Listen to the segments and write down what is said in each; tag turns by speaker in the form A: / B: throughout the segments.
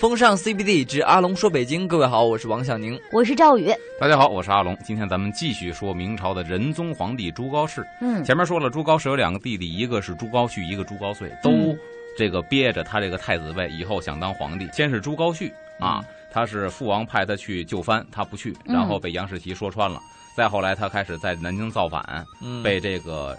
A: 风尚 CBD 之阿龙说北京，各位好，我是王小宁。
B: 我是赵宇，
C: 大家好，我是阿龙。今天咱们继续说明朝的仁宗皇帝朱高炽。
B: 嗯
C: 前面说了，朱高炽有两个弟弟，一个是朱高煦，一个朱高
A: 嗯
C: 燧，都这个憋着他这个太子位，以后想当皇帝。先是朱高煦
A: 嗯
C: 啊，他是父王派他去就藩，他不去，然后被杨士奇说穿了。再后来，他开始在南京造反，
A: 嗯，
C: 被这个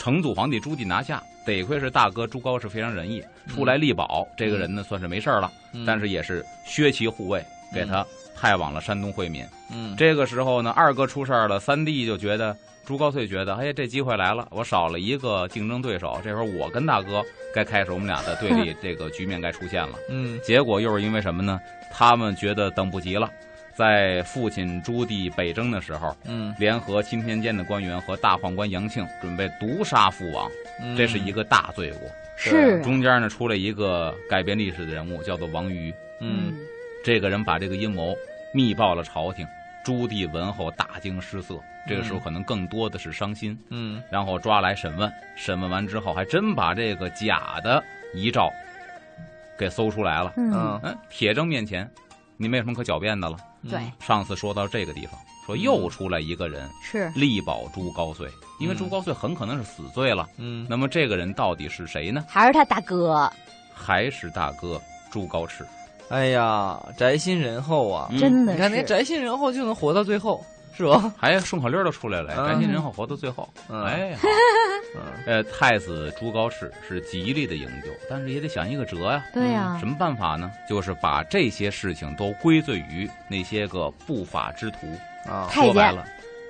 C: 成祖皇帝朱棣拿下。得亏是大哥朱高炽非常仁义，出来力保，这个人呢算是没事儿了，
A: 嗯
C: 但是也是削其护卫，给他派往了山东会民。
A: 嗯
C: 这个时候呢，二哥出事儿了，三弟就觉得朱高燧觉得，哎，这机会来了，我少了一个竞争对手，这会儿我跟大哥该开始我们俩的对立这个局面该出现了。
A: 嗯
C: 结果又是因为什么呢？他们觉得等不及了，在父亲朱棣北征的时候，
A: 嗯，
C: 联合钦天监的官员和大宦官杨庆准备毒杀父王，
A: 嗯
C: 这是一个大罪过。
B: 是
C: 呃中间呢出了一个改变历史的人物，叫做王瑜。
A: 嗯
C: 这个人把这个阴谋密报了朝廷，朱棣闻后大惊失色。这个时候可能更多的是伤心，
A: 嗯
C: 然后抓来审问，审问完之后还真把这个假的遗诏给搜出来了。
B: 嗯，
A: 嗯
C: 嗯，铁证面前，你没什么可狡辩的了。
B: 对，
C: 上次说到这个地方，说又出来一个人
B: 是
C: 力保朱高燧，因为朱高燧很可能是死罪了。
A: 嗯
C: 那么这个人到底是谁呢？
B: 还是他大哥，
C: 还是大哥朱高炽？
A: 哎呀，宅心仁厚啊！
C: 嗯
B: 真的
A: 你看那
B: 是
A: 宅心仁厚就能活到最后，是吧？
C: 还顺口溜儿都出来了，
A: 嗯
C: 哎宅心仁厚活到最后。
A: 嗯
C: 哎，好
A: 嗯
C: 呃，太子朱高炽是极力的营救，但是也得想一个辙呀、嗯
B: 对呀
C: 什，么办法呢？就是把这些事情都归罪于那些个不法之徒。
A: 啊，
B: 太监
C: 说白了，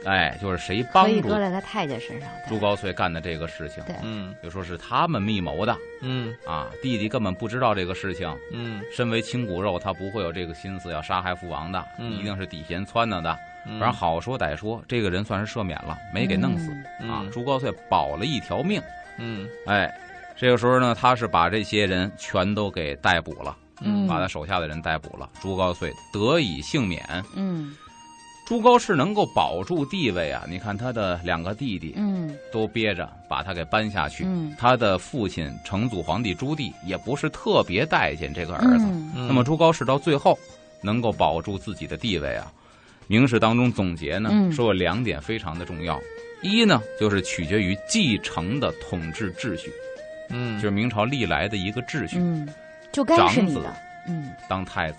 C: 哎，就是谁帮
B: 可以
C: 助
B: 搁在他太监身上
C: 朱
B: 的，
C: 高燧干的这个事情，
B: 对
A: 嗯
C: 就说是他们密谋的
A: 嗯
C: 啊。弟弟根本不知道这个事情，
A: 嗯
C: 身为亲骨肉，他不会有这个心思要杀害父王的，
A: 嗯
C: 一定是底下撺掇的。
A: 嗯，
C: 反正好说歹说，这个人算是赦免了，没给弄死、
A: 嗯
C: 啊。朱高燧保了一条命。
A: 嗯
C: 哎，这个时候呢，他是把这些人全都给逮捕了，
B: 嗯
C: 把他手下的人逮捕了，朱高燧得以幸免。
B: 嗯
C: 朱高炽能够保住地位啊，你看他的两个弟弟
B: 嗯
C: 都憋着把他给扳下去，
B: 嗯，
C: 他的父亲成祖皇帝朱棣也不是特别待见这个儿子。
B: 嗯
A: 嗯
C: 那么朱高炽到最后能够保住自己的地位啊，明史当中总结呢，
B: 嗯
C: 说有两点非常的重要。一呢，就是取决于继承的统治秩序，
A: 嗯
C: 就是明朝历来的一个秩序。
B: 嗯，就该是你的，嗯
C: 当太子，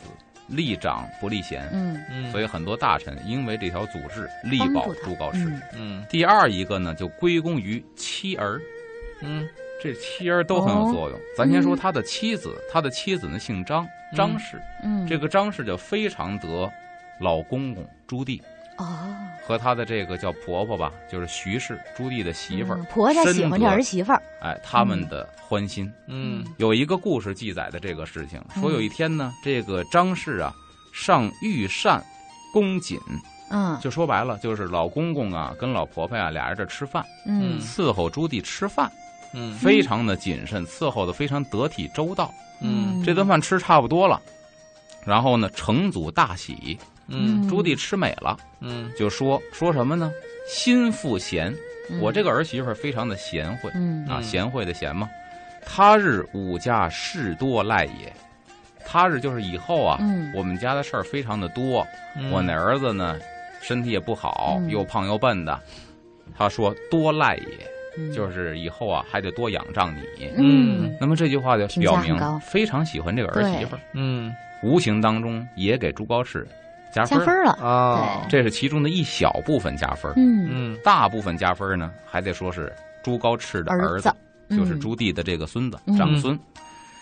C: 立长不立贤，
B: 嗯
A: 嗯，
C: 所以很多大臣因为这条组织力
B: 帮
C: 保
B: 助他
C: 朱高炽。
B: 嗯
A: 嗯
C: 第二一个呢，就归功于妻儿，
A: 嗯
C: 这妻儿都很
B: 哦
C: 有作用。咱先说他的妻子，他的妻子呢姓张，张氏。
B: 嗯，
C: 这个张氏就非常得老公公朱棣
B: 哦，
C: 和他的这个叫婆婆吧，就是徐氏朱棣的媳妇儿
B: 嗯，婆家喜欢这儿
C: 深得
B: 媳妇儿，
C: 哎，他们的欢心。
A: 嗯
C: 有一个故事记载的这个事情，
B: 嗯
C: 说有一天呢，这个张氏啊上御膳。宫锦，
B: 嗯
C: 就说白了，就是老公公啊跟老婆婆呀、俩人这吃饭，
B: 嗯
C: 伺候朱棣吃饭，
A: 嗯
C: 非常的谨慎，伺候的非常得体周到。
A: 嗯
C: 这顿饭吃差不多了，然后呢，成祖大喜，
A: 嗯
C: 朱棣吃美了，
A: 嗯
C: 就说说什么呢？心腹贤，我这
B: 个
C: 个儿媳妇儿非常的贤惠
B: 嗯
C: 啊，
A: 嗯
C: 贤惠的贤嘛。他日吾家事多赖也，他日就是以后啊，
B: 嗯
C: 我们家的事儿非常的多。
A: 嗯
C: 我那儿子呢，身体也不好，
B: 嗯
C: 又胖又笨的。他说多赖也，
B: 嗯
C: 就是以后啊，还得多仰仗你。
B: 嗯
C: 那么这句话就
B: 评价
C: 表
B: 很高
C: 明非常喜欢这个儿媳妇儿，
A: 嗯
C: 无形当中也给朱高炽加
B: 加
C: 分儿
B: 分儿了，
C: 嗯
A: 啊
B: 对
C: 这是其中的一小部分加分儿，
B: 嗯
A: 嗯
C: 大部分加分儿呢，还得说是朱高炽的儿子，
B: 儿嗯
C: 就是朱棣的这个孙子、
B: 嗯
C: 长孙。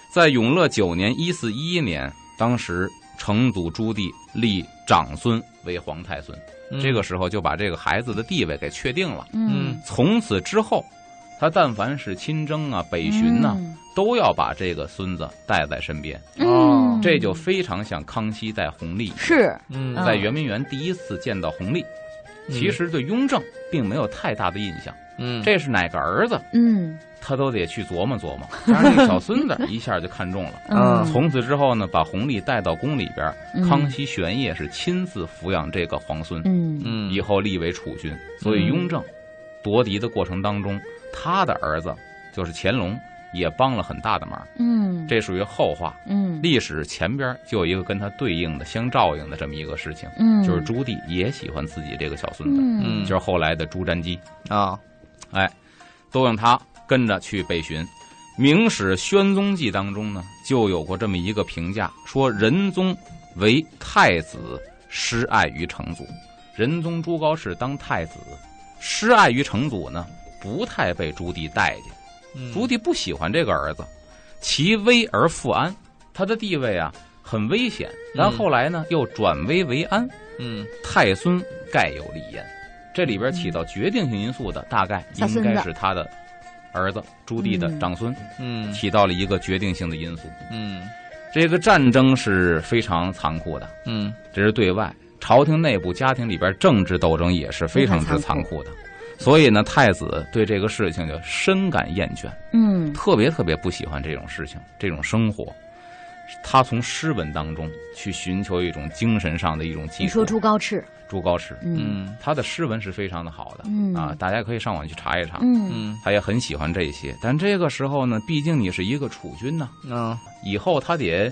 C: 在永乐九年（一四一一年），当时成祖朱棣立长孙为皇太孙，
A: 嗯
C: 这个时候就把这个孩子的地位给确定了。
B: 嗯
A: 嗯
C: 从此之后，他但凡是亲征啊、北巡呐、
B: 嗯
C: 都要把这个孙子带在身边，
B: 嗯，
C: 哦这就非常像康熙带弘历一样。
B: 是
A: 嗯
C: 在圆明园第一次见到弘历，
A: 嗯
C: 其实对雍正并没有太大的印象。
A: 嗯
C: 这是哪个儿子，
B: 嗯
C: 他都得去琢磨琢磨。但是那个小孙子一下就看中了。
A: 啊
B: 嗯
C: 从此之后呢，把弘历带到宫里边，
B: 嗯
C: 康熙、玄烨是亲自抚养这个皇孙，
B: 嗯
A: 嗯
C: 以后立为储君。所以雍正夺嫡的过程当中，他的儿子就是乾隆，也帮了很大的忙。
B: 嗯，
C: 这属于后话，
B: 嗯
C: 历史前边就有一个跟它对应的、相照应的这么一个事情，
B: 嗯
C: 就是朱棣也喜欢自己这个小孙子，
B: 嗯
C: 就是后来的朱瞻基，
A: 啊，
C: 哎，都让他跟着去被寻。《明史宣宗记》当中呢，就有过这么一个评价，说仁宗为太子，失爱于成祖。仁宗朱高炽当太子，失爱于成祖呢，不太被朱棣待见。朱棣不喜欢这个儿子，其危而复安，他的地位啊很危险。但后来呢，又转危为安，
A: 嗯
C: 太孙盖有立焉。这里边起到决定性因素的，大概
B: 小
C: 应
B: 嗯孙子
C: 该是他的儿子朱棣的长孙，
A: 嗯
C: 起到了一个决定性的因素。
A: 嗯
C: 这个战争是非常残酷的，
A: 嗯
C: 这是对外，朝廷内部、家庭里边政治斗争也是非常之残酷
B: 嗯
C: 的。所以呢，太子对这个事情就深感厌倦。
B: 嗯
C: 特别特别不喜欢这种事情，这种生活。他从诗文当中去寻求一种精神上的一种寄
B: 你
C: 托。
B: 说朱高炽，
C: 朱高炽，
B: 嗯
A: 嗯
C: 他的诗文是非常的好的、
B: 嗯
C: 啊，大家可以上网去查一查。
B: 嗯
A: 嗯
C: 他也很喜欢这些，但这个时候呢，毕竟你是一个储君呐、
A: 啊
C: 以后他得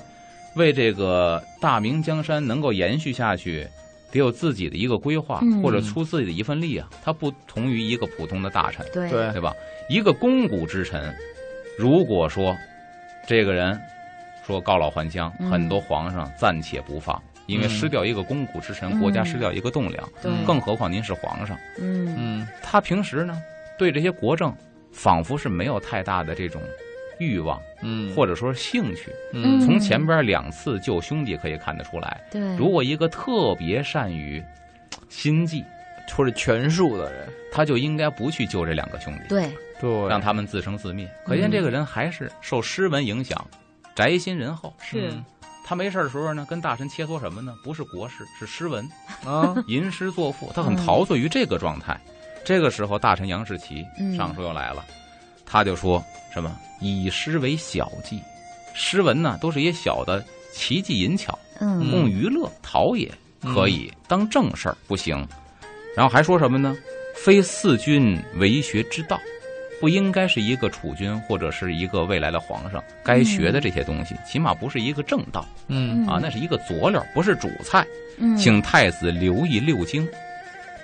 C: 为这个大明江山能够延续下去，得有自己的一个规划，
B: 嗯
C: 或者出自己的一份力啊。他不同于一个普通的大臣，
B: 对
A: 对
C: 对吧？一个肱骨之臣，如果说这个人说告老还乡，
B: 嗯
C: 很多皇上暂且不放，因为
A: 嗯
C: 失掉一个肱骨之臣，
B: 嗯
C: 国家失掉一个栋梁，
B: 对，
C: 更何况您是皇上。
B: 嗯
A: 嗯
C: 他平时呢，对这些国政，仿佛是没有太大的这种欲望
A: 嗯
C: 或者说兴趣。
B: 嗯
C: 从前边两次救兄弟可以看得出来，
B: 对，
C: 如果一个特别善于心计，
A: 或者权术的人，
C: 他就应该不去救这两个兄弟。
B: 对嗯
A: 对
C: 让他们自生自灭。可见这个人还是受诗文影响，宅心仁厚。
A: 嗯
C: 他没事儿的时候呢，跟大臣切磋什么呢？不是国事，是诗文，
A: 啊
C: 吟诗作赋。他
B: 嗯
C: 很陶醉于这个状态。这个时候，大臣杨士奇
B: 嗯
C: 上书又来了，他就说什么以诗为小技，诗文呢都是一些小的奇技淫巧，
B: 嗯
C: 供娱乐陶冶可以，当正事儿不行。然后还说什么呢？非四君为学之道，不应该是一个储君或者是一个未来的皇上该学
B: 嗯
C: 的这些东西，起码不是一个正道
A: 嗯
C: 啊，那是一个佐料，不是主菜。
B: 嗯
C: 请太子留意六经，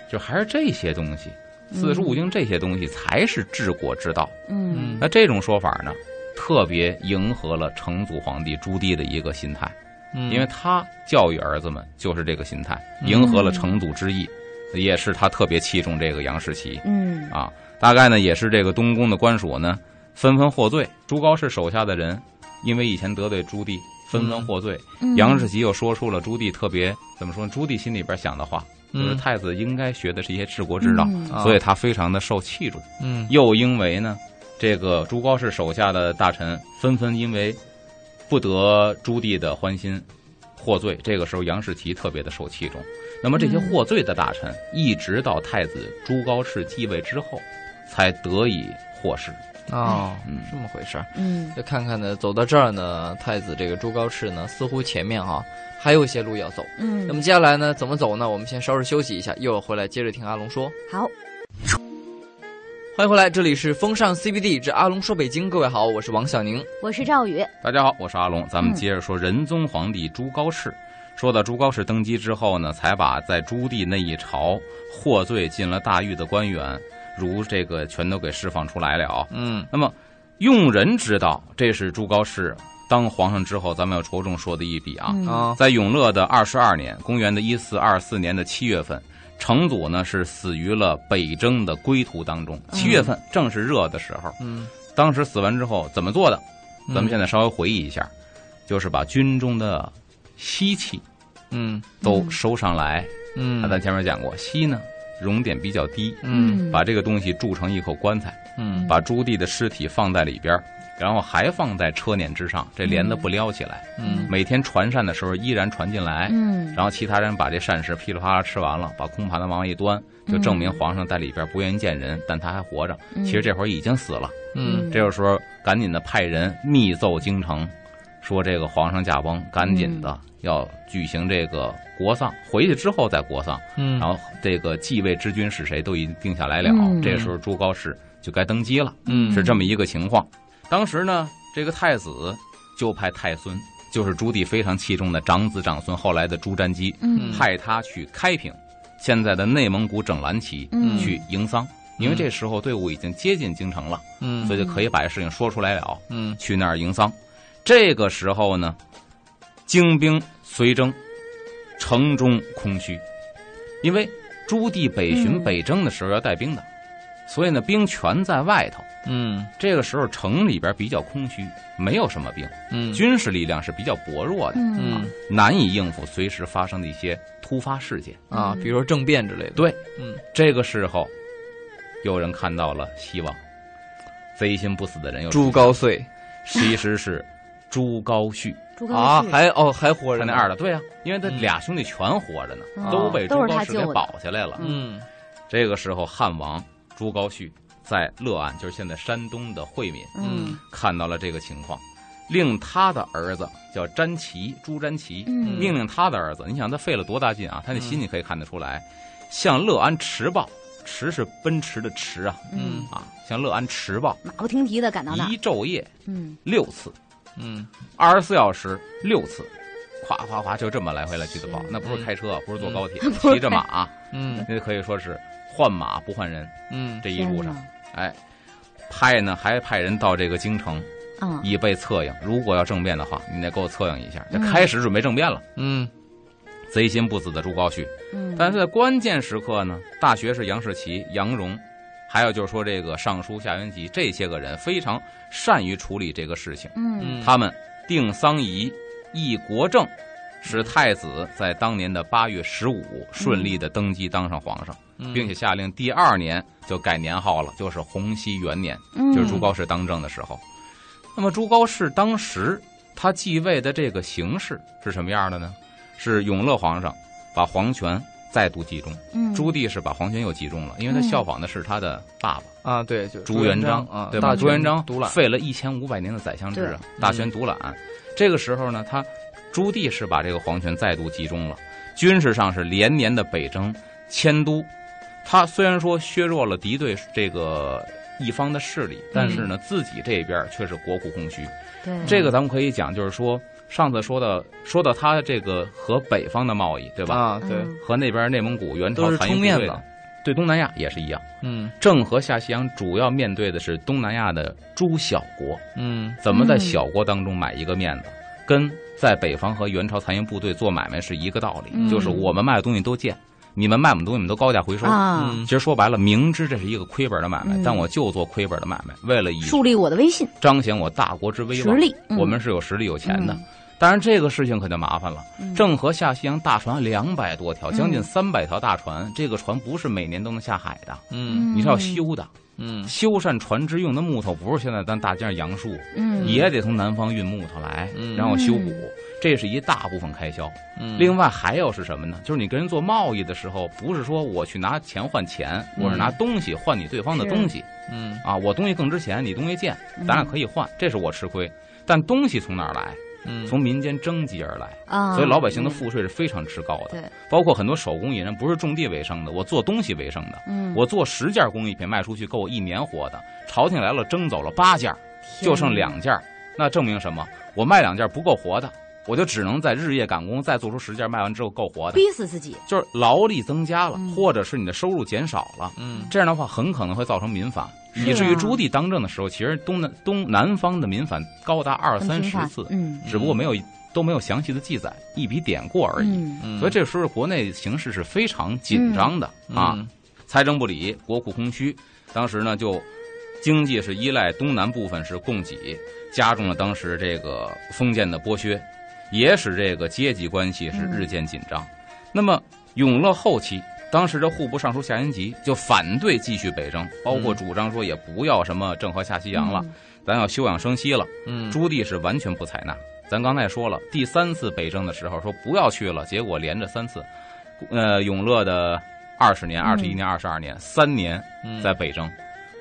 C: 就还是这些东西，四书五经这些东西才是治国之道。
B: 嗯
A: 嗯
C: 那这种说法呢，特别迎合了成祖皇帝朱棣的一个心态。
A: 嗯
C: 因为他教育儿子们就是这个心态，迎合了成祖之意，也是他特别器重这个杨士奇
B: 嗯
C: 啊。大概呢，也是这个东宫的官署呢，纷纷获罪。朱高炽手下的人，因为以前得罪朱棣，纷纷获罪。
B: 嗯
C: 杨士奇又说出了朱棣特别怎么说，朱棣心里边想的话，就是太子应该学的是一些治国之道，啊
B: 嗯
C: 所以他非常的受器重。
A: 嗯
C: 又因为呢，这个朱高炽手下的大臣纷纷因为不得朱棣的欢心获罪，这个时候杨士奇特别的受器重。那么这些
B: 嗯
C: 获罪的大臣，一直到太子朱高炽继位之后，才得以获释。
A: 哦
C: 嗯
A: 这么回事儿。
B: 嗯
A: 这看看呢，走到这儿呢，太子这个朱高炽呢，似乎前面哈还有一些路要走。
B: 嗯
A: 那么接下来呢，怎么走呢？我们先稍事休息一下，一会儿回来接着听阿龙说。
B: 好
A: 欢迎回来，这里是风尚 CBD 之阿龙说北京。各位好，我是王小宁。
B: 我是赵宇
C: 大家好，我是阿龙，咱
B: 嗯
C: 们接着说仁宗皇帝朱高炽。说到朱高炽登基之后呢，才把在朱棣那一朝获罪进了大狱的官员，如这个全都给释放出来了。
A: 嗯
C: 那么用人之道，这是朱高炽当皇上之后，咱们要着重说的一笔啊。
B: 嗯
A: 啊
C: 在永乐的二十二年，公元的一四二四年的七月份，成祖呢是死于了北征的归途当中。七月份正是热的时候，
A: 嗯，
C: 当时死完之后怎么做的？咱们现在稍微回忆一下，就是把军中的锡器
A: 嗯
C: 都
B: 嗯
C: 收上来。
A: 嗯
C: 那咱前面讲过，锡呢熔点比较低，
A: 嗯
C: 把这个东西铸成一口棺材。
A: 嗯
C: 把朱棣的尸体放在里边儿，然后还放在车辇之上，这帘子不撩起来。
A: 嗯
C: 每天传膳的时候依然传进来，
B: 嗯
C: 然后其他人把这膳食噼里啪啦吃完了，把空盘子往外一端，就证明皇上在里边不愿意见人，但他还活着。
B: 嗯
C: 其实这会儿已经死了。
A: 嗯
C: 这个时候赶紧的派人密奏京城，说这个皇上驾崩，赶紧的要举行这个国丧，回去之后再国丧。
A: 嗯
C: 然后这个继位之君是谁都已经定下来了。
B: 嗯
C: 这时候朱高炽就该登基了，
A: 嗯
C: 是这么一个情况。当时呢，这个太子就派太孙，就是朱棣非常器重的长子长孙，后来的朱瞻基，
B: 嗯
C: 派他去开平，现在的内蒙古整蓝旗
B: 嗯
C: 去营桑，因为这时候队伍已经接近京城了，
A: 嗯
C: 所以就可以把这事情说出来了。
A: 嗯
C: 去那儿营桑。这个时候呢，精兵随征，城中空虚，因为朱棣北巡
B: 嗯
C: 北征的时候要带兵的，所以呢兵全在外头。
A: 嗯
C: 这个时候城里边比较空虚，没有什么兵，
A: 嗯
C: 军事力量是比较薄弱的，
B: 嗯
A: 嗯
C: 难以应付随时发生的一些突发事件。
A: 啊，比如说政变之类的。
C: 对，
A: 嗯
C: 这个时候，有人看到了希望，贼心不死的人又出
A: 朱高燧
C: 其实是朱高煦。
B: 朱
A: 啊
B: 高，煦，
A: 还哦还活着
C: 他
A: 呢
C: 那二的，对啊，因为他
A: 嗯
C: 俩兄弟全活着呢，
B: 嗯
C: 都被朱
B: 都是
C: 高
B: 他
C: 煦
B: 救
C: 给
B: 的
C: 保下来了。
A: 嗯
C: 这个时候，汉王朱高煦在乐安，就是现在山东的惠民，
B: 嗯
C: 看到了这个情况，令他的儿子叫詹琪，朱詹琪，
B: 嗯
C: 命令他的儿子，你想他费了多大劲啊？他那心你可以看得出来，向乐安迟报，迟是奔驰的迟啊
A: 嗯
C: 啊，向乐安迟报，
B: 马不停蹄的赶到那儿
C: 一，昼夜
B: 嗯
C: 六次，
A: 嗯
C: 二十四小时六次，哗哗哗就这么来回来去的跑
B: 是，
C: 那不是开车，不是坐高 铁，
B: 是
C: 骑着马啊，
A: 嗯
C: 那可以说是换马不换人。
A: 嗯
C: 这一路上
B: 天，
C: 哎，派呢还派人到这个京城，
B: 啊，
C: 以备策应。如果要政变的话，你得给我策应一下。这
B: 嗯
C: 开始准备政变了，
A: 嗯
C: 贼心不死的朱高煦。
B: 嗯，
C: 但是在关键时刻呢，大学士杨士奇、杨荣。还有就是说，这个尚书夏元吉这些个人非常善于处理这个事情。
B: 嗯
A: 嗯，
C: 他们定丧仪、议国政，使太子在当年的八月十五顺利的登基当上皇上，
A: 嗯
C: 并且下令第二年就改年号了，就是洪熙元年，
B: 嗯
C: 就是朱高煦当政的时候。那么朱高煦当时他继位的这个形式是什么样的呢？是永乐皇上把皇权再度集中，
B: 嗯
C: 朱棣是把皇权又集中了，因为他
B: 嗯
C: 效仿的是他的爸爸。
A: 啊对，就
C: 朱元璋
A: 啊，
C: 对吧？
A: 大
C: 朱元璋
A: 独揽
C: 废了一千五百年的宰相制啊，
A: 嗯
C: 大权独揽。这个时候呢，他朱棣是把这个皇权再度集中了，军事上是连年的北征、迁都。他虽然说削弱了敌对这个一方的势力，但是呢，
A: 嗯
C: 自己这边却是国库空虚。
B: 对
C: 这个咱们可以讲，就是说上次说到说到他这个和北方的贸易，对吧？
A: 啊对，
B: 嗯
C: 和那边内蒙古元
A: 都
C: 朝
A: 是
C: 残余
A: 冲面
C: 部队的
A: 子，
C: 对东南亚也是一样。
A: 嗯
C: 郑和下西洋主要面对的是东南亚的诸小国，
A: 嗯
C: 怎么在小国当中买一个面子，跟在北方和元朝残余部队做买卖是一个道理，
B: 嗯
C: 就是我们卖的东西都贱，你们卖我们东西我们都高价回收。
B: 啊，
A: 嗯
C: 其实说白了，明知这是一个亏本的买卖，
B: 嗯
C: 但我就做亏本的买卖，为了以
B: 树立我的威信
C: 彰显我大国之威
B: 实
C: 望，
B: 力，嗯
C: 我们是有实力有钱的
B: 嗯。
C: 当然，这个事情可就麻烦了。
B: 嗯
C: 郑和下西洋大船两百多条，将近三百条大船，这个船不是每年都能下海的，
A: 嗯
C: 你是要修的。
A: 嗯
C: 修缮船只用的木头不是现在咱大街上杨树，
B: 嗯
C: 也得从南方运木头来，
A: 嗯
C: 然后修补
B: 嗯，
C: 这是一大部分开销。
A: 嗯，
C: 另外还有是什么呢？就是你跟人做贸易的时候，不是说我去拿钱换钱，
B: 嗯
C: 我是拿东西换你对方的东西
A: 嗯
C: 啊，我东西更值钱，你东西贱，
B: 嗯
C: 咱俩可以换，这是我吃亏。但东西从哪儿来？
A: 嗯
C: 从民间征集而来，
B: 啊，
C: 所以老百姓的赋税是非常之高的。
B: 对
C: 包括很多手工艺人不是种地为生的，我做东西为生的。
B: 嗯，
C: 我做十件工艺品卖出去，够我一年活的。朝廷来了，征走了八件，就剩两件，那证明什么？我卖两件不够活的，我就只能在日夜赶工，再做出十件，卖完之后够 活的，
B: 逼死自己，
C: 就是劳力增加了，
B: 嗯
C: 或者是你的收入减少了。
A: 嗯
C: 这样的话，很可能会造成民反，
B: 是
C: 以至于
B: 啊
C: 朱棣当政的时候，其实东南东南方的民反高达二
B: 很
C: 三
B: 频
C: 十
B: 繁
C: 次，
B: 嗯
C: 只不过没有都没有详细的记载，一笔点过而已。
B: 嗯
A: 嗯，
C: 所以这时候国内形势是非常紧张的啊。
A: 嗯
C: 财政不理，国库空虚。当时呢，就经济是依赖东南部分是供给，加重了当时这个封建的剥削，也使这个阶级关系是日渐紧张。那么永乐后期，当时的户部尚书夏言吉就反对继续北征，包括
A: 嗯
C: 主张说也不要什么郑和下西洋了，
B: 嗯
C: 咱要休养生息了。
A: 嗯
C: 朱棣是完全不采纳。咱刚才也说了，第三次北征的时候说不要去了，结果连着三次，呃，永乐的二十年、
B: 嗯
C: 二十一年、二十二年，三年
A: 嗯
C: 在北征，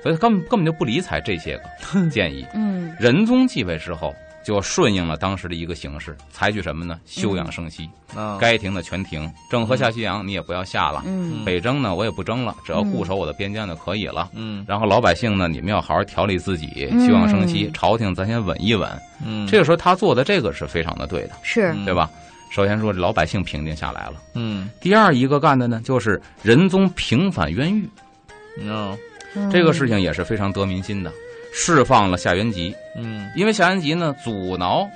C: 所以他根本根本就不理睬这些个建议。
B: 嗯
C: 仁宗继位之后，就顺应了当时的一个形势，采取什么
B: 嗯
C: 呢？休养生息，
A: 啊，
C: 该停的全停，郑和下西洋你也不要下了，
B: 嗯
C: 北征呢我也不征了，只要固守我的边疆就可以了。
A: 嗯
C: 然后老百姓呢，你们要好好调理自己，
B: 嗯
C: 休养生息，朝廷咱先稳一稳。
A: 嗯，
C: 这个时候他做的这个是非常的对的，
B: 是
A: 嗯
C: 对吧？首先说老百姓平静下来了，
A: 嗯，
C: 第二一个干的呢就是仁宗平反冤狱，
A: 嗯
C: 这个事
B: 情
C: 情也是非常得民心的，释放了夏元吉，
A: 嗯
C: 因为夏元吉呢阻挠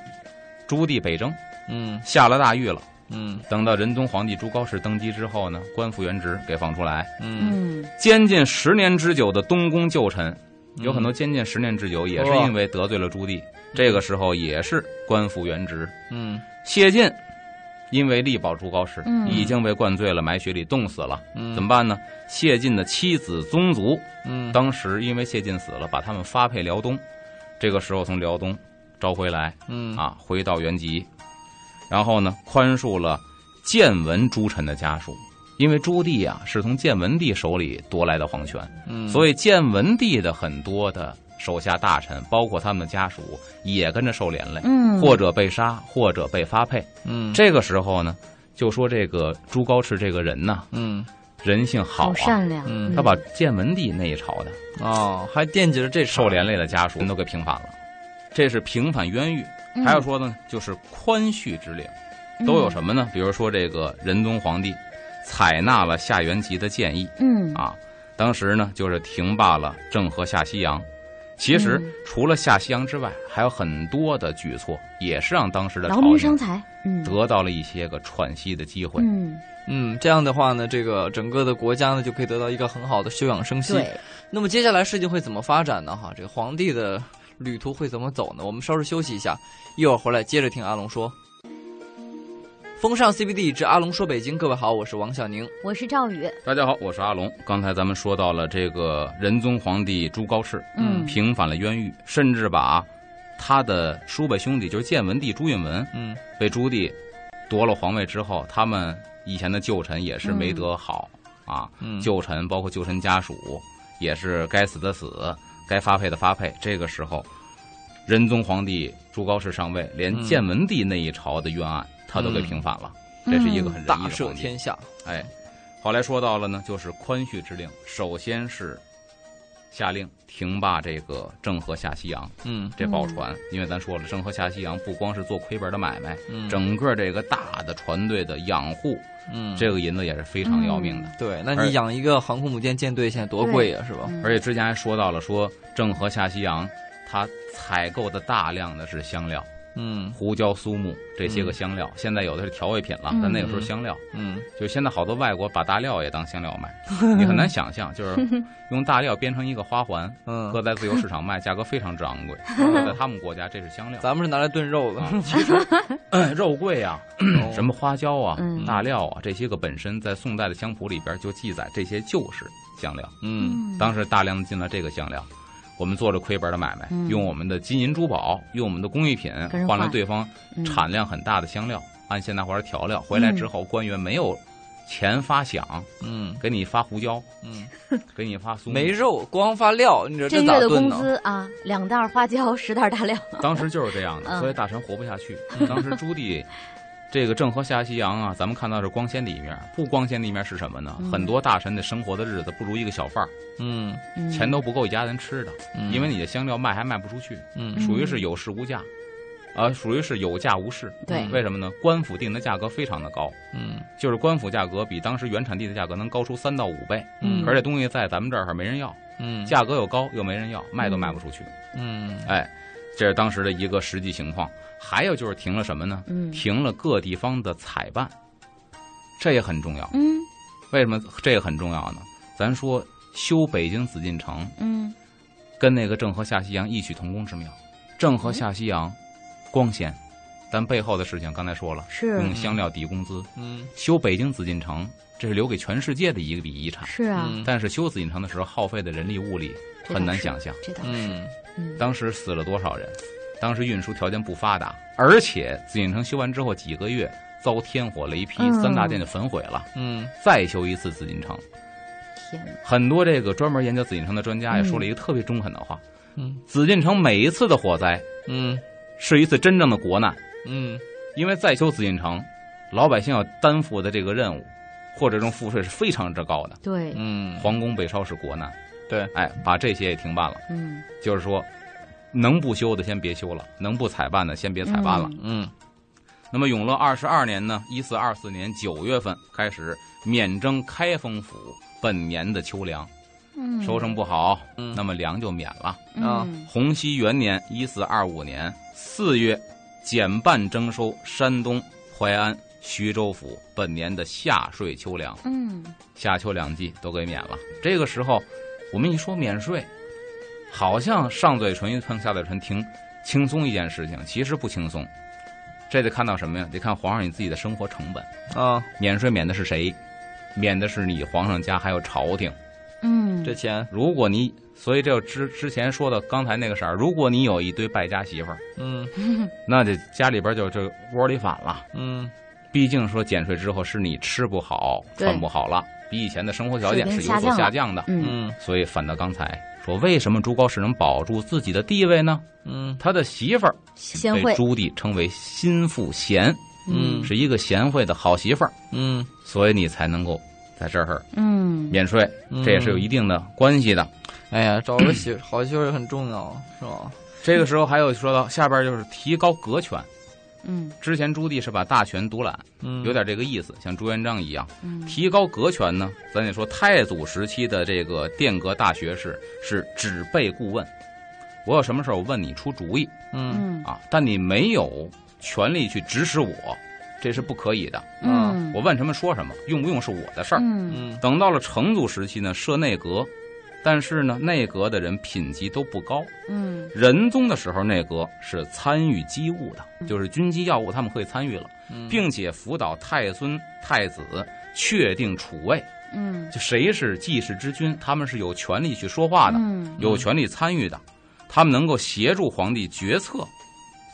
C: 朱棣北征，
A: 嗯
C: 下了大狱了。
A: 嗯
C: 等到仁宗皇帝朱高炽登基之后呢，官复原职给放出来，
A: 嗯，
B: 嗯
C: 监禁十年之久的东宫旧臣，
A: 嗯
C: 有很多监禁十年之久，也是
A: 哇
C: 因为得罪了朱棣。这个时候也是官复原职。
A: 嗯
C: 谢晋因为力保朱高炽，
B: 嗯
C: 已经被灌醉了，埋雪里冻死了，
A: 嗯，
C: 怎么办呢？谢晋的妻子宗族
A: 嗯
C: 当时因为谢晋死了，把他们发配辽东，这个时候从辽东召回来
A: 嗯
C: 啊，回到原籍，然后呢，宽恕了建文诸臣的家属，因为朱棣啊是从建文帝手里夺来的皇权，
A: 嗯，
C: 所
A: 以
C: 以建文帝的很多的手下大臣，包括他们的家属，也跟着受连累，
B: 嗯，
C: 或者被杀，或者被发配。
A: 嗯
C: 这个时候呢，就说这个朱高炽这个人呐，
A: 嗯
C: 人性好
B: 好
C: 啊，
B: 善良，
A: 嗯
C: 他把建文帝那一朝的。
A: 哦，还惦记着这
C: 受连累的家属都给平反了。这是平反冤狱，
B: 嗯
C: 还要说呢，就是宽恤之令，都有什么呢？比如说这个仁宗皇帝采纳了夏元吉的建议
B: 嗯
C: 啊，当时呢就是停罢了郑和下西洋。其实
B: 嗯
C: 除了下西洋之外，还有很多的举措，也是让当时的
B: 劳
C: 朝
B: 民伤
C: 廷
B: 财，嗯
C: 得到了一些个喘息的机会。
B: 嗯
A: 嗯，这样的话呢，这个整个的国家呢就可以得到一个很好的休养生息。
B: 对，
A: 那么接下来事情会怎么发展呢？哈，这个皇帝的旅途会怎么走呢？我们稍事休息一下，一会儿回来接着听阿龙说。风尚 CBD 之阿龙说北京，各位好，我是王小宁。
B: 我是赵宇，
C: 大家好，我是阿龙。刚才咱们说到了这个仁宗皇帝朱高炽，
B: 嗯
C: 平反了冤狱，甚至把他的叔伯兄弟，就是建文帝朱允文，
A: 嗯
C: 被朱棣夺了皇位之后，他们以前的旧臣也是没得好、啊，
A: 嗯，
C: 旧臣包括旧臣家属也是该死的死，该发配的发配。这个时候，仁宗皇帝朱高炽上位，连
A: 嗯
C: 建文帝那一朝的冤案他都给
A: 嗯
C: 平反了，这是一个很仁义的
A: 大
C: 皇
A: 赦
C: 帝
A: 天下。
C: 哎，后来说到了呢，就是宽恤之令，首先是下令停罢这个郑和下西洋
A: 嗯
C: 这宝船，因为咱说了，郑和下西洋不光是做亏本的买卖，
A: 嗯，
C: 整个这个大的船队的养护，
A: 嗯
C: 这个银子也是非常要命的。
A: 对，那
C: 而
A: 你养一个航空母舰舰队现在多贵呀、啊是吧？
B: 嗯
C: 而且之前还说到了，说郑和下西洋，他采购的大量的是香料，
A: 嗯
C: 胡椒、苏木这些个香料，现在有的是调味品了，但那个时候
A: 嗯
C: 香料。
A: 嗯
C: 就现在好多外国把大料也当香料卖， 你很难想象，就是用大料编成一个花环，
A: 嗯，
C: 搁在自由市场卖，价格非常之 昂贵。 在他们国家，这是香料
A: 咱们是拿来炖肉的。
C: 啊。其实肉桂啊，
A: 哦
C: 什么花椒啊
B: 嗯、
C: 大料啊，这些个本身在宋代的香谱里边就记载，这些就是香料。
A: 嗯
C: 当时大量的进了这个香料，我们做着亏本的买卖
B: 嗯，
C: 用我们的金银珠宝，用我们的工艺品
B: 跟人
C: 换了
B: 换
C: 对方
B: 嗯
C: 产量很大的香料，按现代化调料，回来之后官员没有钱发饷，
A: 嗯
C: 给你发胡椒，
A: 嗯，
C: 给你发苏木
A: 没。肉，光发料，你这
B: 这
A: 咋
B: 月的
A: 炖
B: 工
A: 呢？
B: 资啊，两袋花椒，十袋大料，
C: 当时就是这样的，
B: 嗯
C: 所以大臣活不下去。当时朱棣。这个郑和下西洋啊，咱们看到是光鲜的一面，不光鲜的一面是什么呢？
B: 嗯
C: 很多大臣的生活的日子不如一个小贩儿，
A: 嗯，
B: 嗯
C: 钱都不够一家人吃的，
A: 嗯
C: 因为你的香料卖还卖不出去，
A: 嗯
C: 属于是有市无价，啊、属于是有价无市。
B: 对
C: 为什么呢？官府定的价格非常的高，
A: 嗯
C: 就是官府价格比当时原产地的价格能高出三到五倍，
A: 嗯
C: 而这东西在咱们这儿没人要，
A: 嗯
C: 价格又高又没人要，卖都卖不出去。
A: 嗯
C: 哎，这是当时的一个实际情况。还有就是停了什么呢？
B: 嗯
C: 停了各地方的采办，这也很重要。
B: 嗯
C: 为什么这个很重要呢？咱说修北京紫禁城
B: 嗯
C: 跟那个郑和下西洋异曲同工之妙。郑
B: 嗯
C: 和下西洋光鲜，但背后的事情刚才说了，
B: 是
C: 用香料抵工资。
A: 嗯
C: 修北京紫禁城，这是留给全世界的一笔遗产。
B: 是啊，
A: 嗯
C: 但是修紫禁城的时候，耗费的人力物力
B: 这倒
C: 很难
B: 是
C: 想象。
B: 这倒是
A: 嗯
B: 嗯
C: 当时死了多少人？当时运输条件不发达，而且紫禁城修完之后几个月遭天火雷劈，
B: 嗯
C: 三大殿就焚毁了。
A: 嗯
C: 再修一次紫禁城，
B: 天哪
C: 很多这个专门研究紫禁城的专家也
B: 嗯
C: 说了一个特别中肯的话：
A: 嗯
C: 紫禁城每一次的火灾
A: 嗯
C: 是一次真正的国难，
A: 嗯
C: 因为再修紫禁城，老百姓要担负的这个任务，或者这种赋税是非常之高的。
B: 对，
A: 嗯，
C: 皇宫被抄是国难，
A: 对，
C: 哎，把这些也停办了，
B: 嗯，
C: 就是说，能不修的先别修了，能不采办的先别采办了。
B: 嗯
A: 嗯
C: 那么永乐二十二年呢，一四二四年九月份开始免征开封府本年的秋粮，
B: 嗯
C: 收成不好，
A: 嗯
C: 那么粮就免了。
A: 啊
B: 嗯
C: 洪熙元年（一四二五年）四月，减半征收山东淮安、徐州府本年的夏税秋粮，
B: 嗯，
C: 夏秋两季都给免了。这个时候，我们一说免税，好像上嘴唇一碰下嘴唇挺轻松一件事情，其实不轻松。这得看到什么呀？得看皇上你自己的生活成本。
A: 啊，
C: 免税免的是谁？免的是你皇上家还有朝廷。
B: 嗯，
A: 这钱，
C: 如果你，所以这就之之前说的刚才那个色儿，如果你有一堆败家媳妇儿，
A: 嗯
C: 那这家里边就就窝里反了。
A: 嗯
C: 毕竟说减税之后是你吃不好、
B: 对
C: 穿不好了，比以前的生活条件
B: 水
C: 是
B: 平下
C: 有所
B: 降了
C: 下降的。
B: 嗯
A: 嗯
C: 所以反到刚才说，为什么朱高炽能保住自己的地位呢？
A: 嗯
C: 他的媳妇儿
B: 贤
C: 被
B: 惠，
C: 朱棣称为心腹贤，
A: 嗯
C: 是一个贤惠的好媳妇儿，
A: 嗯，
C: 所以你才能够在这儿
B: 嗯，
C: 免税，
A: 嗯
C: 这也是有一定的关系的。
A: 哎呀，找个媳 好媳妇儿很重要，是吧？
C: 这个时候还有说到下边就是提高格权，
B: 嗯
C: 之前朱棣是把大权独揽，
A: 嗯，
C: 有点这个意思，像朱元璋一样。
B: 嗯，
C: 提高格权呢，咱得说太祖时期的这个殿阁大学士是只备顾问，我有什么事儿我问你出主意
A: 嗯
B: 嗯
C: 啊，但你没有权利去指使我，这是不可以的。
B: 嗯，
C: 我问什么说什么，用不用是我的事儿。
B: 嗯
A: 嗯
C: 等到了成祖时期呢，设内阁，但是呢，内阁的人品级都不高。
B: 嗯
C: 仁宗的时候，内阁是参与机务
B: 嗯
C: 的，就是军机要务他们可以参与了，
A: 嗯，
C: 并且辅导太孙、太子确定储位。
B: 嗯
C: 就谁是既事之君，他们是有权利去说话的，
B: 嗯
C: 有权利参与的，他们能够协助皇帝决策，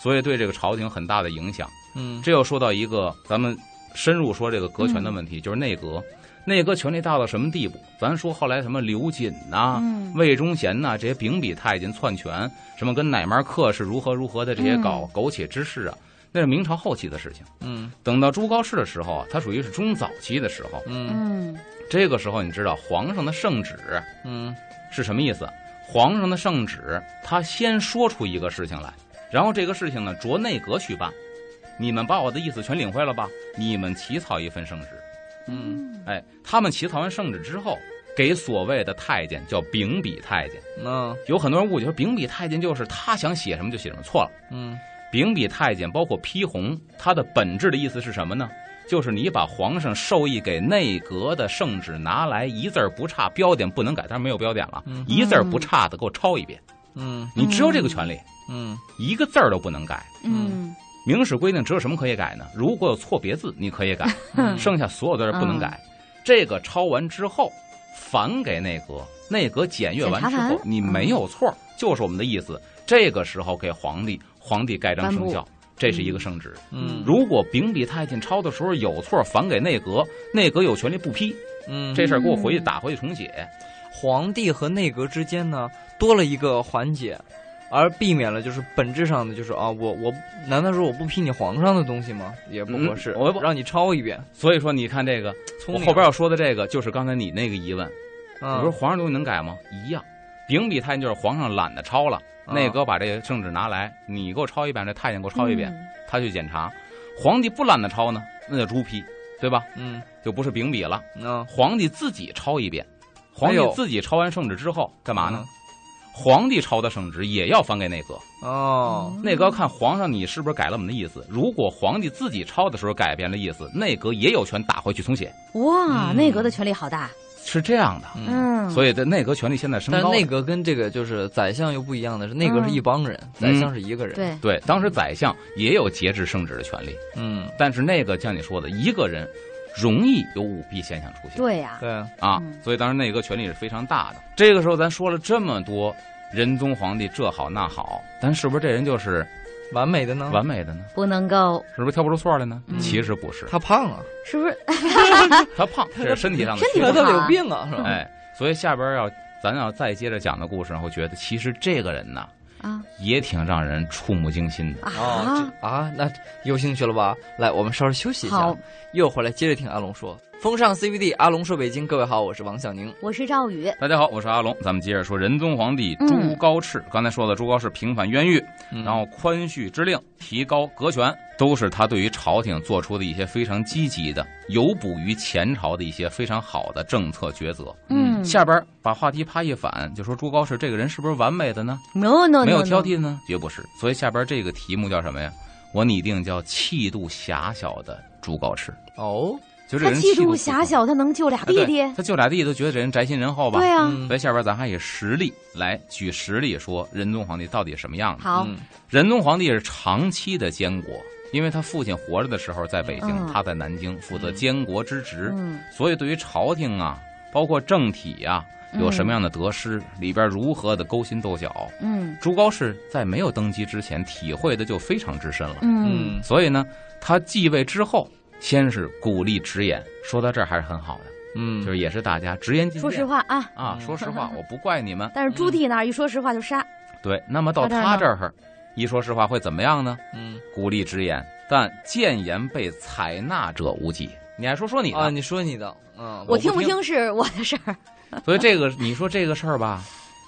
C: 所以对这个朝廷很大的影响。
A: 嗯
C: 这又说到一个咱们深入说这个格
B: 嗯
C: 权的问题，就是内阁，内阁权力大到什么地步？咱说后来什么刘瑾呐、
B: 嗯
C: 魏忠贤呐、这些秉笔太监篡权，什么跟乃蛮克是如何如何的这些
B: 嗯
C: 搞苟且之事啊，那是明朝后期的事情。
A: 嗯
C: 等到朱高炽的时候啊，他属于是中早期的时候。
A: 嗯
B: 嗯
C: 这个时候，你知道皇上的圣旨
A: 嗯
C: 是什么意思？皇上的圣旨，他先说出一个事情来，然后这个事情呢，着内阁去办。你们把我的意思全领会了吧？你们起草一份圣旨。
A: 嗯
C: 哎，他们起草完圣旨之后，给所谓的太监叫秉笔太监。
A: 那
C: 有很多人误解，说秉笔太监就是他想写什么就写什么，错了。
A: 嗯
C: 秉笔太监包括批红，它的本质的意思是什么呢？就是你把皇上授意给内阁的圣旨拿来，一字儿不差，标点不能改，当然没有标点了，
A: 嗯
C: 一字儿不差的给我抄一遍。
A: 嗯
C: 你只有这个权利，
A: 嗯
C: 一个字儿都不能改。
B: 嗯
C: 明史规定只有什么可以改呢？如果有错别字，你可以改，
A: 嗯
C: 剩下所有字儿不能改。这个抄完之后，返给内阁，内阁检阅完之
B: 检查
C: 后
B: 完，
C: 你
A: 嗯
C: 没有错，就是我们的意思。这个时候给皇帝，皇帝盖章生效，这是一个圣旨。
A: 嗯，
C: 如果秉笔太监抄的时候有错，返给内阁，内阁有权利不批。
A: 嗯
C: 这事儿给我
B: 嗯
C: 回去打回去重写。
A: 皇帝和内阁之间呢多了一个环节，而避免了就是本质上的就是啊，我我难道说我不批你皇上的东西吗？也不合适，
C: 嗯我不
A: 让你抄一遍。
C: 所以说，你看这个，
A: 聪
C: 我
A: 明
C: 后边要说的这个，就是刚才你那个疑问，
A: 嗯
C: 你说皇上东西能改吗？一样，秉笔太监就是皇上懒得抄了，
A: 嗯
C: 内阁把这个圣旨拿来，你给我抄一遍，这太监给我抄一
A: 嗯
C: 遍，
B: 嗯
C: 他去检查。皇帝不懒得抄呢，那就朱批，对吧？
A: 嗯
C: 就不是秉笔了，
A: 嗯
C: 皇帝自己抄一遍。皇帝
A: 哎呦嗯
C: 自己抄完圣旨之后干嘛呢？皇帝抄的圣旨也要返给内阁，
A: 哦
C: 内阁看皇上你是不是改了我们的意思。如果皇帝自己抄的时候改变了意思，内阁也有权打回去重写，
B: 嗯哇，内阁的权力好大，
C: 是这样的。
A: 嗯。
B: 嗯，以
C: 所以这内阁权力现在升
A: 但
C: 高了。
A: 内阁跟这个就是宰相又不一样的是，内阁是一帮人，宰
C: 嗯
A: 相是一个人。，
B: 嗯对，
C: 对，当时宰相也有节制圣旨的权利，
A: 嗯，
C: 但是那个像你说的，一个人容易有舞弊现象出现。
B: 对呀，
A: 对，
C: 啊
B: 嗯，
C: 所以当时内阁权力是非常大的。这个时候咱说了这么多，仁宗皇帝这好那好，但是不是这人就是
A: 完美的呢？
C: 完美的呢？
B: 不能够，
C: 是不是挑不出错来呢？
B: 嗯
C: 其实不是，
A: 他胖啊，
B: 是不是？
C: 他胖，这是身体上的
B: 身体
C: 缺
A: 他
B: 不
C: 陷。
B: 好
A: 他有
C: 哎
A: 病啊，是吧？
C: 哎，所以下边要咱要再接着讲的故事，会觉得其实这个人呐，
B: 啊
C: 也挺让人触目惊心的。
A: 哦
B: 啊，
A: 这啊，那有兴趣了吧？来，我们稍事休息一下
B: 好，，
C: 啊
A: 一会儿回来接着听阿龙说。风尚 CBD，阿龙说北京，各位好，我是王小宁。
B: 我是赵宇，
C: 大家好，我是阿龙，咱们接着说仁宗皇帝
B: 嗯
C: 朱高炽。刚才说了，朱高炽平反冤狱，
A: 嗯
C: 然后宽恤之令、提高格权，都是他对于朝廷做出的一些非常积极的、有补于前朝的一些非常好的政策抉择。
B: 嗯
C: 下边把话题啪一反，就说朱高炽这个人是不是完美的呢？
B: ，no no，
C: 没有挑剔的呢？绝不是。所以下边这个题目叫什么呀？我拟定叫气度狭小的朱高炽。
A: 哦，
C: 就这
B: 他
C: 个人
B: 气
C: 度
B: 度
C: 不
B: 狭
C: 足
B: 小，他能救俩
C: 啊
B: 弟
C: 对
B: 弟，
C: 他就俩弟弟都觉得这人宅心仁厚吧？
B: 对啊，
A: 嗯
C: 所以下边咱还以实例来举实例说仁宗皇帝到底什么样的。
B: 好，
A: 嗯
C: 仁宗皇帝是长期的监国，因为他父亲活着的时候在北京，
B: 嗯
C: 他在南京负责监国之职，
B: 嗯
C: 所以对于朝廷啊，包括政体啊，有什么样的得失，里边如何的勾心斗角，
B: 嗯
C: 朱高炽在没有登基之前体会的就非常之深了。
B: 嗯
A: 嗯
C: 所以呢，他继位之后，先是鼓励直言，说到这儿还是很好的，
A: 嗯，
C: 就是也是大家直言进谏。
B: 说实话啊，
C: 啊，说实话，我不怪你们。
B: 但是朱棣那儿一说实话就杀，
C: 对，那么到他
B: 他
C: 这
B: 这
C: 儿，一说实话会怎么样呢？
A: 嗯
C: 鼓励直言，但谏言被采纳者无几。你还说说你
A: 啊，
C: 呢？
A: 你说你的，嗯，
C: 我
B: 我
C: 不
B: 听不
C: 听
B: 听是我的事儿，
C: 所以这个，你说这个事儿吧，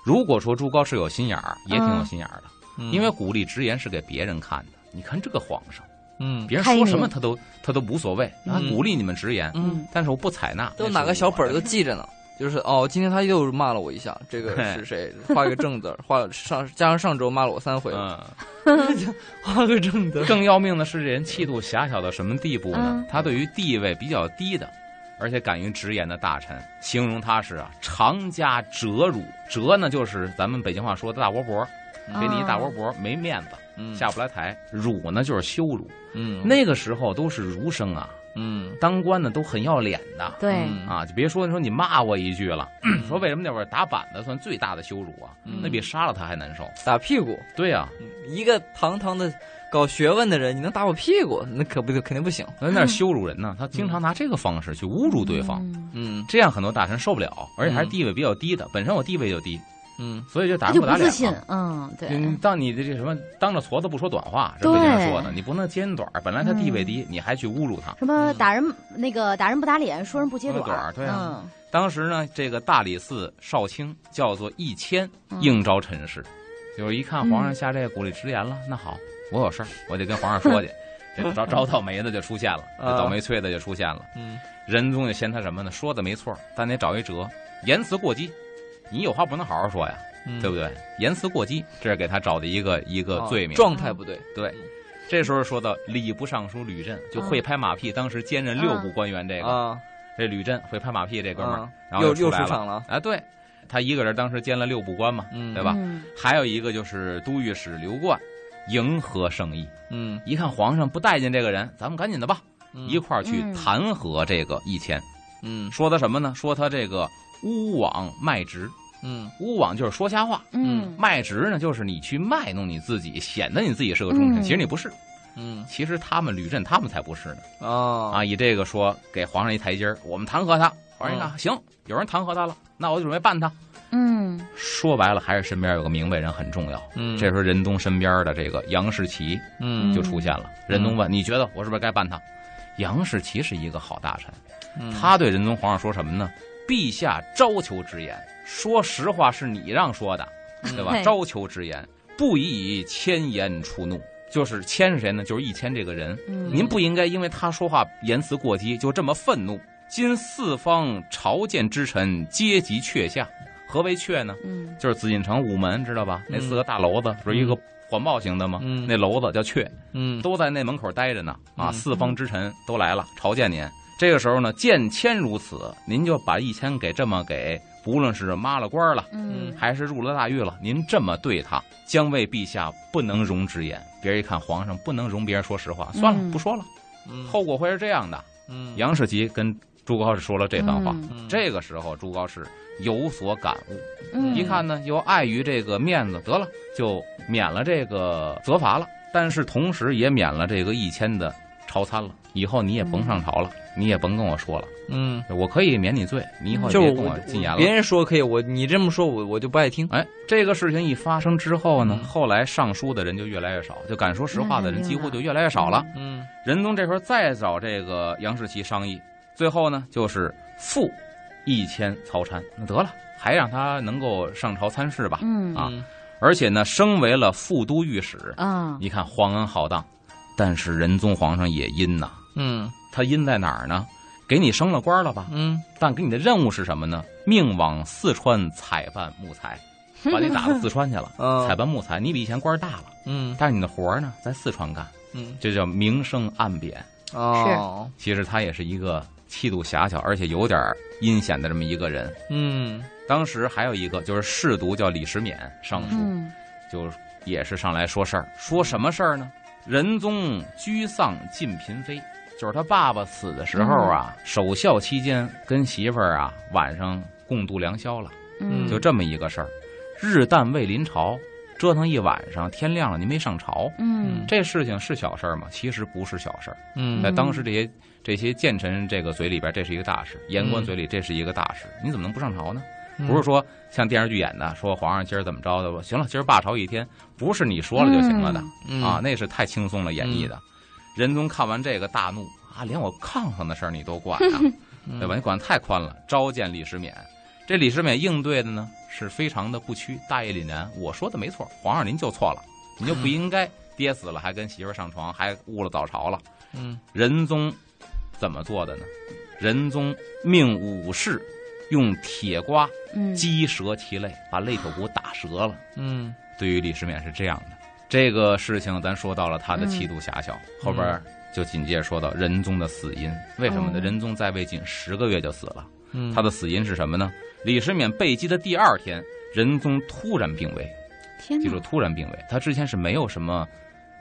C: 如果说朱高炽有心眼儿，也挺有心眼儿的，
A: 嗯
C: 因为鼓励直言是给别人看的。你看这个皇上，
A: 嗯，
C: 别人
B: 开
C: 说什
B: 明
C: 么他都他都无所谓，啊，
A: 嗯
C: 鼓励你们直言，
A: 嗯，
C: 但是我不采纳。
A: 都拿个小本儿都记着呢。就是哦，今天他又骂了我一下，这个是谁？画一个正字儿，画了上加上上周骂了我三回，
C: 嗯，
A: 画个正字儿。
C: 更要命的是，这人气度狭小到什么地步呢
B: 嗯？
C: 他对于地位比较低的，而且敢于直言的大臣，形容他是啊，常加折辱。折呢，就是咱们北京话说的大窝脖，
B: 嗯
C: 给你一大窝
B: 啊
C: 脖，没面子，
A: 啊嗯
C: 下不来台。辱呢，就是羞辱。
A: 嗯
C: 那个时候都是儒生啊，
A: 嗯
C: 当官的都很要脸的。
B: 对，
A: 嗯
C: 啊，就别说说你骂我一句了，说为什么那会儿打板子算最大的羞辱啊？
A: 嗯
C: 那比杀了他还难受。
A: 打屁股，
C: 对呀、
A: 一个堂堂的搞学问的人，你能打我屁股，那可不肯定不行。
C: 他在那儿羞辱人呢，他经常拿这个方式去侮辱对方，
B: 嗯
A: 嗯
C: 这样很多大臣受不了，而且还是地位比较低的，本身我地位就低，
A: 嗯
C: 所以就打
B: 他就
C: 人不打
B: 不
C: 脸
B: 自
C: 了。
B: 信，嗯，对，
C: 你当你的这什么当着矬子不说短话，这
B: 对嗯
C: 北京人说的，你不能揭人短儿。本来他地位低，你还去侮辱他。
B: 什么
A: 嗯
B: 打人那个打人不打脸，说人不揭
C: 说
B: 短
C: 人短
B: 儿，
C: 儿对啊
B: 嗯，
C: 当时呢，这个大理寺少卿叫做义谦，
B: 嗯
C: 应召陈氏，就是一看皇上
B: 嗯
C: 下这个鼓励直言了，那好，我有事儿，我得跟皇 上说去。这招招倒霉的就出现了，
B: 嗯
C: 这
A: 啊
C: 倒霉催的就出现了。
A: 嗯
C: 仁宗就嫌他什么呢？说的没错，但得找一辙，言辞过激。你有话不能好好说呀，
A: 嗯，
C: 对不对？言辞过激，这是给他找的一个一个
A: 啊
C: 罪名。
A: 状态不对。
C: 对，这时候说到礼部尚书吕震，就会拍马
A: 嗯
C: 屁，当时兼任六部官员。这个、
A: 啊，
C: 这吕震会拍马屁，这哥们儿、
A: 啊
C: 然后
A: 又
C: 出
A: 又出
C: 来了
A: 场了。
C: 啊！对，他一个人当时兼了六部官嘛，
A: 嗯
C: 对吧？
B: 嗯
C: 还有一个就是都御史刘冠，迎合圣意，
A: 嗯，
C: 一看皇上不待见这个人，咱们赶紧的吧，
A: 嗯
C: 一块儿去
B: 嗯
C: 弹劾这个义谦。
A: 嗯
C: 说他什么呢？说他这个诬枉卖直，
A: 嗯
C: 诬枉就是说瞎话，
B: 嗯
C: 卖直呢就是你去卖弄你自己，显得你自己是个忠臣，
B: 嗯
C: 其实你不是。
A: 嗯
C: 其实他们吕震他们才不是呢
A: 啊
C: 啊！以这个说给皇上一台阶儿，我们弹劾他。皇上一
A: 哦
C: 看，行，有人弹劾他了，那我就准备办他。
B: 嗯
C: 说白了，还是身边有个明白人很重要。
A: 嗯
C: 这时候仁宗身边的这个杨士奇
A: 嗯
C: 就出现了。仁宗问：“你觉得我是不是该办他？”杨士奇是一个好大臣，
A: 嗯
C: 他对仁宗皇上说什么呢？陛下招求直言，说实话是你让说的，对吧？
B: 嗯
C: 招求直言，不宜千言出怒。就是谦是谁呢？就是一谦这个人，
B: 嗯，
C: 您不应该因为他说话言辞过激就这么愤怒。今四方朝见之臣，皆集阙下。何为阙呢？
B: 嗯
C: 就是紫禁城午门，知道吧？那
A: 嗯
C: 四个大楼子不是一个环抱型的吗？
A: 嗯
C: 那楼子叫阙。
A: 嗯
C: 都在那门口待着呢。啊，
A: 嗯
C: 四方之臣都来了，朝见您。这个时候呢，见谦如此，您就把一谦给这么给，不论是抹了官了，
B: 嗯
C: 还是入了大狱了，您这么对他，将为陛下不能容直言。别人一看皇上不能容别人说实话，算了，
B: 嗯
C: 不说了，
A: 嗯
C: 后果会是这样的。
A: 嗯
C: 杨士奇跟朱高炽说了这番话，
B: 嗯
A: 嗯
C: 这个时候朱高炽有所感悟，
B: 嗯
C: 一看呢，又碍于这个面子，得了，就免了这个责罚了，但是同时也免了这个一谦的朝参了，以后你也甭上朝了，你也甭跟我说了，
A: 嗯，
C: 我可以免你罪，你以后也
A: 就是
C: 别
A: 我
C: 跟我进言了。
A: 别人说可以，我你这么说我我就不爱听。
C: 哎，这个事情一发生之后呢，
A: 嗯
C: 后来上书的人就越来越少，就敢说实话的人
B: 那肯定
C: 几乎
B: 的
C: 就越来越少了。
A: 嗯
C: 仁宗这时候再找这个杨士奇商议，最后呢就是复一迁曹参，那得了，还让他能够上朝参事吧，
B: 嗯
C: 啊
A: 嗯
C: 而且呢升为了副都御史。
B: 啊，
C: 你看皇恩浩荡，但是仁宗皇上也阴呐、
A: 嗯
C: 他阴在哪儿呢？给你升了官了吧，
A: 嗯，
C: 但给你的任务是什么呢？命往四川采办木材，把你打到四川去 了。
A: 嗯
C: 采办木材，你比以前官儿大了，
A: 嗯
C: 但是你的活儿呢，在四川干，
A: 嗯
C: 这叫明升暗贬。
A: 哦，
C: 其实他也是一个气度狭小，而且有点儿阴险的这么一个人。
A: 嗯
C: 当时还有一个就是侍读叫李时勉上书，
B: 嗯
C: 就也是上来说事儿，说什么事儿呢？仁宗居丧尽嫔妃，就是他爸爸死的时候啊，
A: 嗯
C: 守孝期间跟媳妇儿啊晚上共度良宵了，
B: 嗯，
C: 就这么一个事儿。日旦未临朝，折腾一晚上，天亮了您没上朝，
B: 嗯
C: 这事情是小事儿吗？其实不是小事儿，
A: 嗯
C: 在
B: 嗯
C: 当时这些这些谏臣这个嘴里边，这是一个大事；言
A: 嗯
C: 官嘴里这是一个大事，你怎么能不上朝呢？
A: 嗯
C: 不是说像电视剧演的，说皇上今儿怎么着的，行了，今儿罢朝一天，不是你说了就行了的、
A: 嗯
C: 啊，那是太轻松了演绎的。仁宗看完这个大怒啊，连我炕上的事儿你都 管啊，
A: 嗯
C: 对吧？你管得太宽了。召见李时勉，这李时勉应对的呢是非常的不屈，大义凛然。我说的没错，皇上您就错了，您就不应该爹死了还跟媳妇儿上床，还误了早朝了。
A: 嗯
C: 仁宗怎么做的呢？仁宗命武士用铁瓜
B: 嗯
C: 击折其肋，把肋骨骨打折了。
A: 嗯
C: 对于李世勉是这样的。这个事情咱说到了他的气度狭小，后边
A: 嗯
C: 就紧接着说到仁宗的死因。为什么呢？
B: 哦
C: 仁宗在位仅十个月就死了，
A: 嗯，
C: 他的死因是什么呢？李世勉被击的第二天，仁宗突然病危，
B: 天
A: 嗯
C: 记
B: 哪
C: 住，突然病危。他之前是没有什么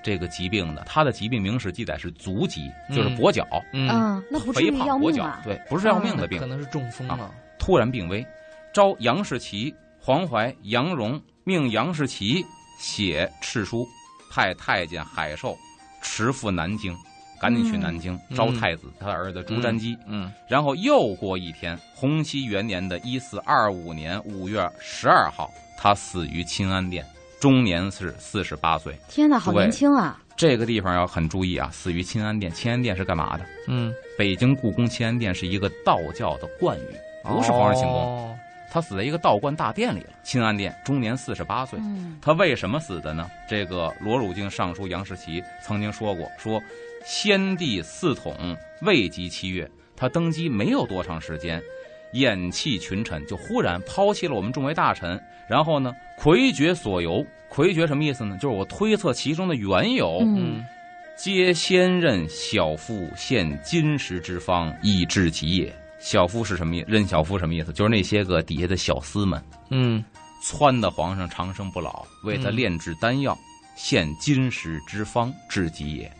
C: 这个疾病的，他的疾病明史记载是足疾，就是
A: 嗯
C: 跛脚。
A: 嗯
B: 嗯，那不至
C: 肥
B: 于要
C: 胖跛
B: 命
C: 脚
B: 吧，？
C: 对，不是要命的病啊
A: 可，能是中风了。
C: 突然病危，召杨士奇、黄淮、杨荣，命杨士奇写敕书，派太监海寿持赴南京，赶紧去南京、
A: 嗯
C: 招太子他儿子朱瞻基。
A: 嗯
C: 然后又过一天，洪熙元年的一四二五年五月十二号，他死于清安殿，终年是四十八岁。
B: 天哪，好
C: 对
B: 年轻啊！
C: 这个地方要很注意啊，死于清安殿。清安殿是干嘛的？
A: 嗯，
C: 北京故宫清安殿是一个道教的观宇，不是皇上寝宫。
A: 宫。
C: 他死在一个道观大殿里了，清安殿，终年四十八岁。
B: 嗯
C: 他为什么死的呢？这个罗汝敬尚书杨士奇曾经说过，说先帝四统未及七月，他登基没有多长时间，厌弃群臣，就忽然抛弃了我们众位大臣，然后呢，魁绝所由。魁绝什么意思呢？就是我推测其中的缘由，
B: 嗯
A: 嗯
C: 皆先任小腹现金石之方，以至极也。小腹是什么意？任小腹什么意思？就是那些个底下的小厮们
A: 嗯
C: 撺掇皇上长生不老，为他
A: 嗯
C: 炼制丹药，现金石之方，至极也。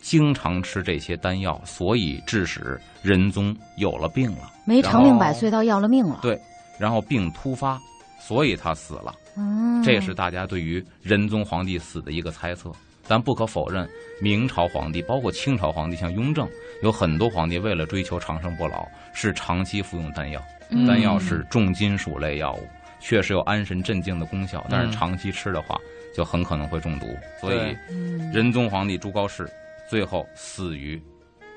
C: 经常吃这些丹药，所以致使仁宗有了病了，
B: 没长
C: 然后
B: 命百岁，倒要了命了。
C: 对然后病突发，所以他死了。
B: 嗯，
C: 这是大家对于仁宗皇帝死的一个猜测。但不可否认，明朝皇帝包括清朝皇帝，像雍正，有很多皇帝为了追求长生不老，是长期服用丹药。
B: 嗯
C: 丹药是重金属类药物，确实有安神镇静的功效，但
A: 嗯
C: 是长期吃的话，就很可能会中毒。所
A: 对
C: 以，
B: 嗯
C: 仁宗皇帝朱高炽最后死于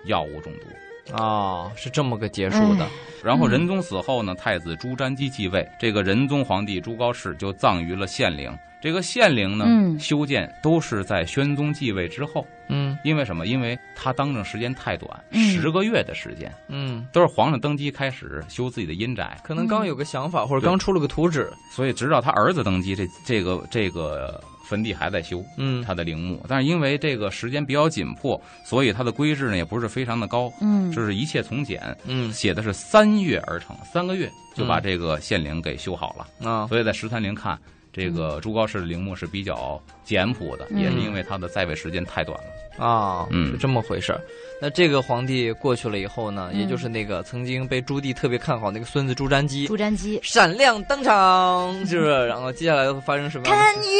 C: 药物中毒。
A: 哦，是这么个结束的
B: 哎。
C: 然后仁宗死后呢，太子朱瞻基继位，这个仁宗皇帝朱高炽就葬于了献陵。这个献陵呢，
B: 嗯
C: 修建都是在宣宗继位之后，
A: 嗯
C: 因为什么？因为他当政时间太短，
B: 嗯
C: 十个月的时间，
A: 嗯，
C: 都是皇上登基开始修自己的阴宅，
A: 可能刚
B: 嗯
A: 有个想法，或者刚出了个图纸。
C: 所以直到他儿子登基，这这个这个坟地还在修。
A: 嗯
C: 他的陵墓，但是因为这个时间比较紧迫，所以他的规制呢也不是非常的高，
B: 嗯，
C: 就是一切从简，
A: 嗯
C: 写的是三月而成，三个月就把
A: 嗯
C: 这个县陵给修好了。
A: 啊
C: 所以在十三陵看，这个朱高炽的陵墓是比较简朴的，
B: 嗯
C: 也是因为他的在位时间太短了。
A: 啊，
C: 嗯
A: 是这么回事儿。那这个皇帝过去了以后呢，
B: 嗯
A: 也就是那个曾经被朱棣特别看好那个孙子朱瞻基，
B: 朱瞻基。
A: 闪亮登场，是不是？然后接下来会发生什么样的事？
B: Can you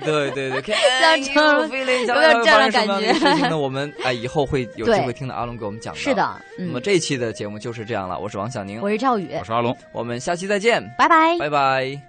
B: feel？
A: 对对 对，
B: 像这样
A: 飞了一下，
B: 有没有这样
A: 发生
B: 的
A: 什么样的事情呢？我们哎，以后会有机
B: 对
A: 会听到阿龙给我们讲
B: 是
A: 的。
B: 的，
A: 那
B: 嗯
A: 么，这一期的节目就是这样了，我是王小宁
B: 我，是赵宇
C: 我，是阿龙。
A: 我们下期再见，
B: 拜拜。
A: 拜拜。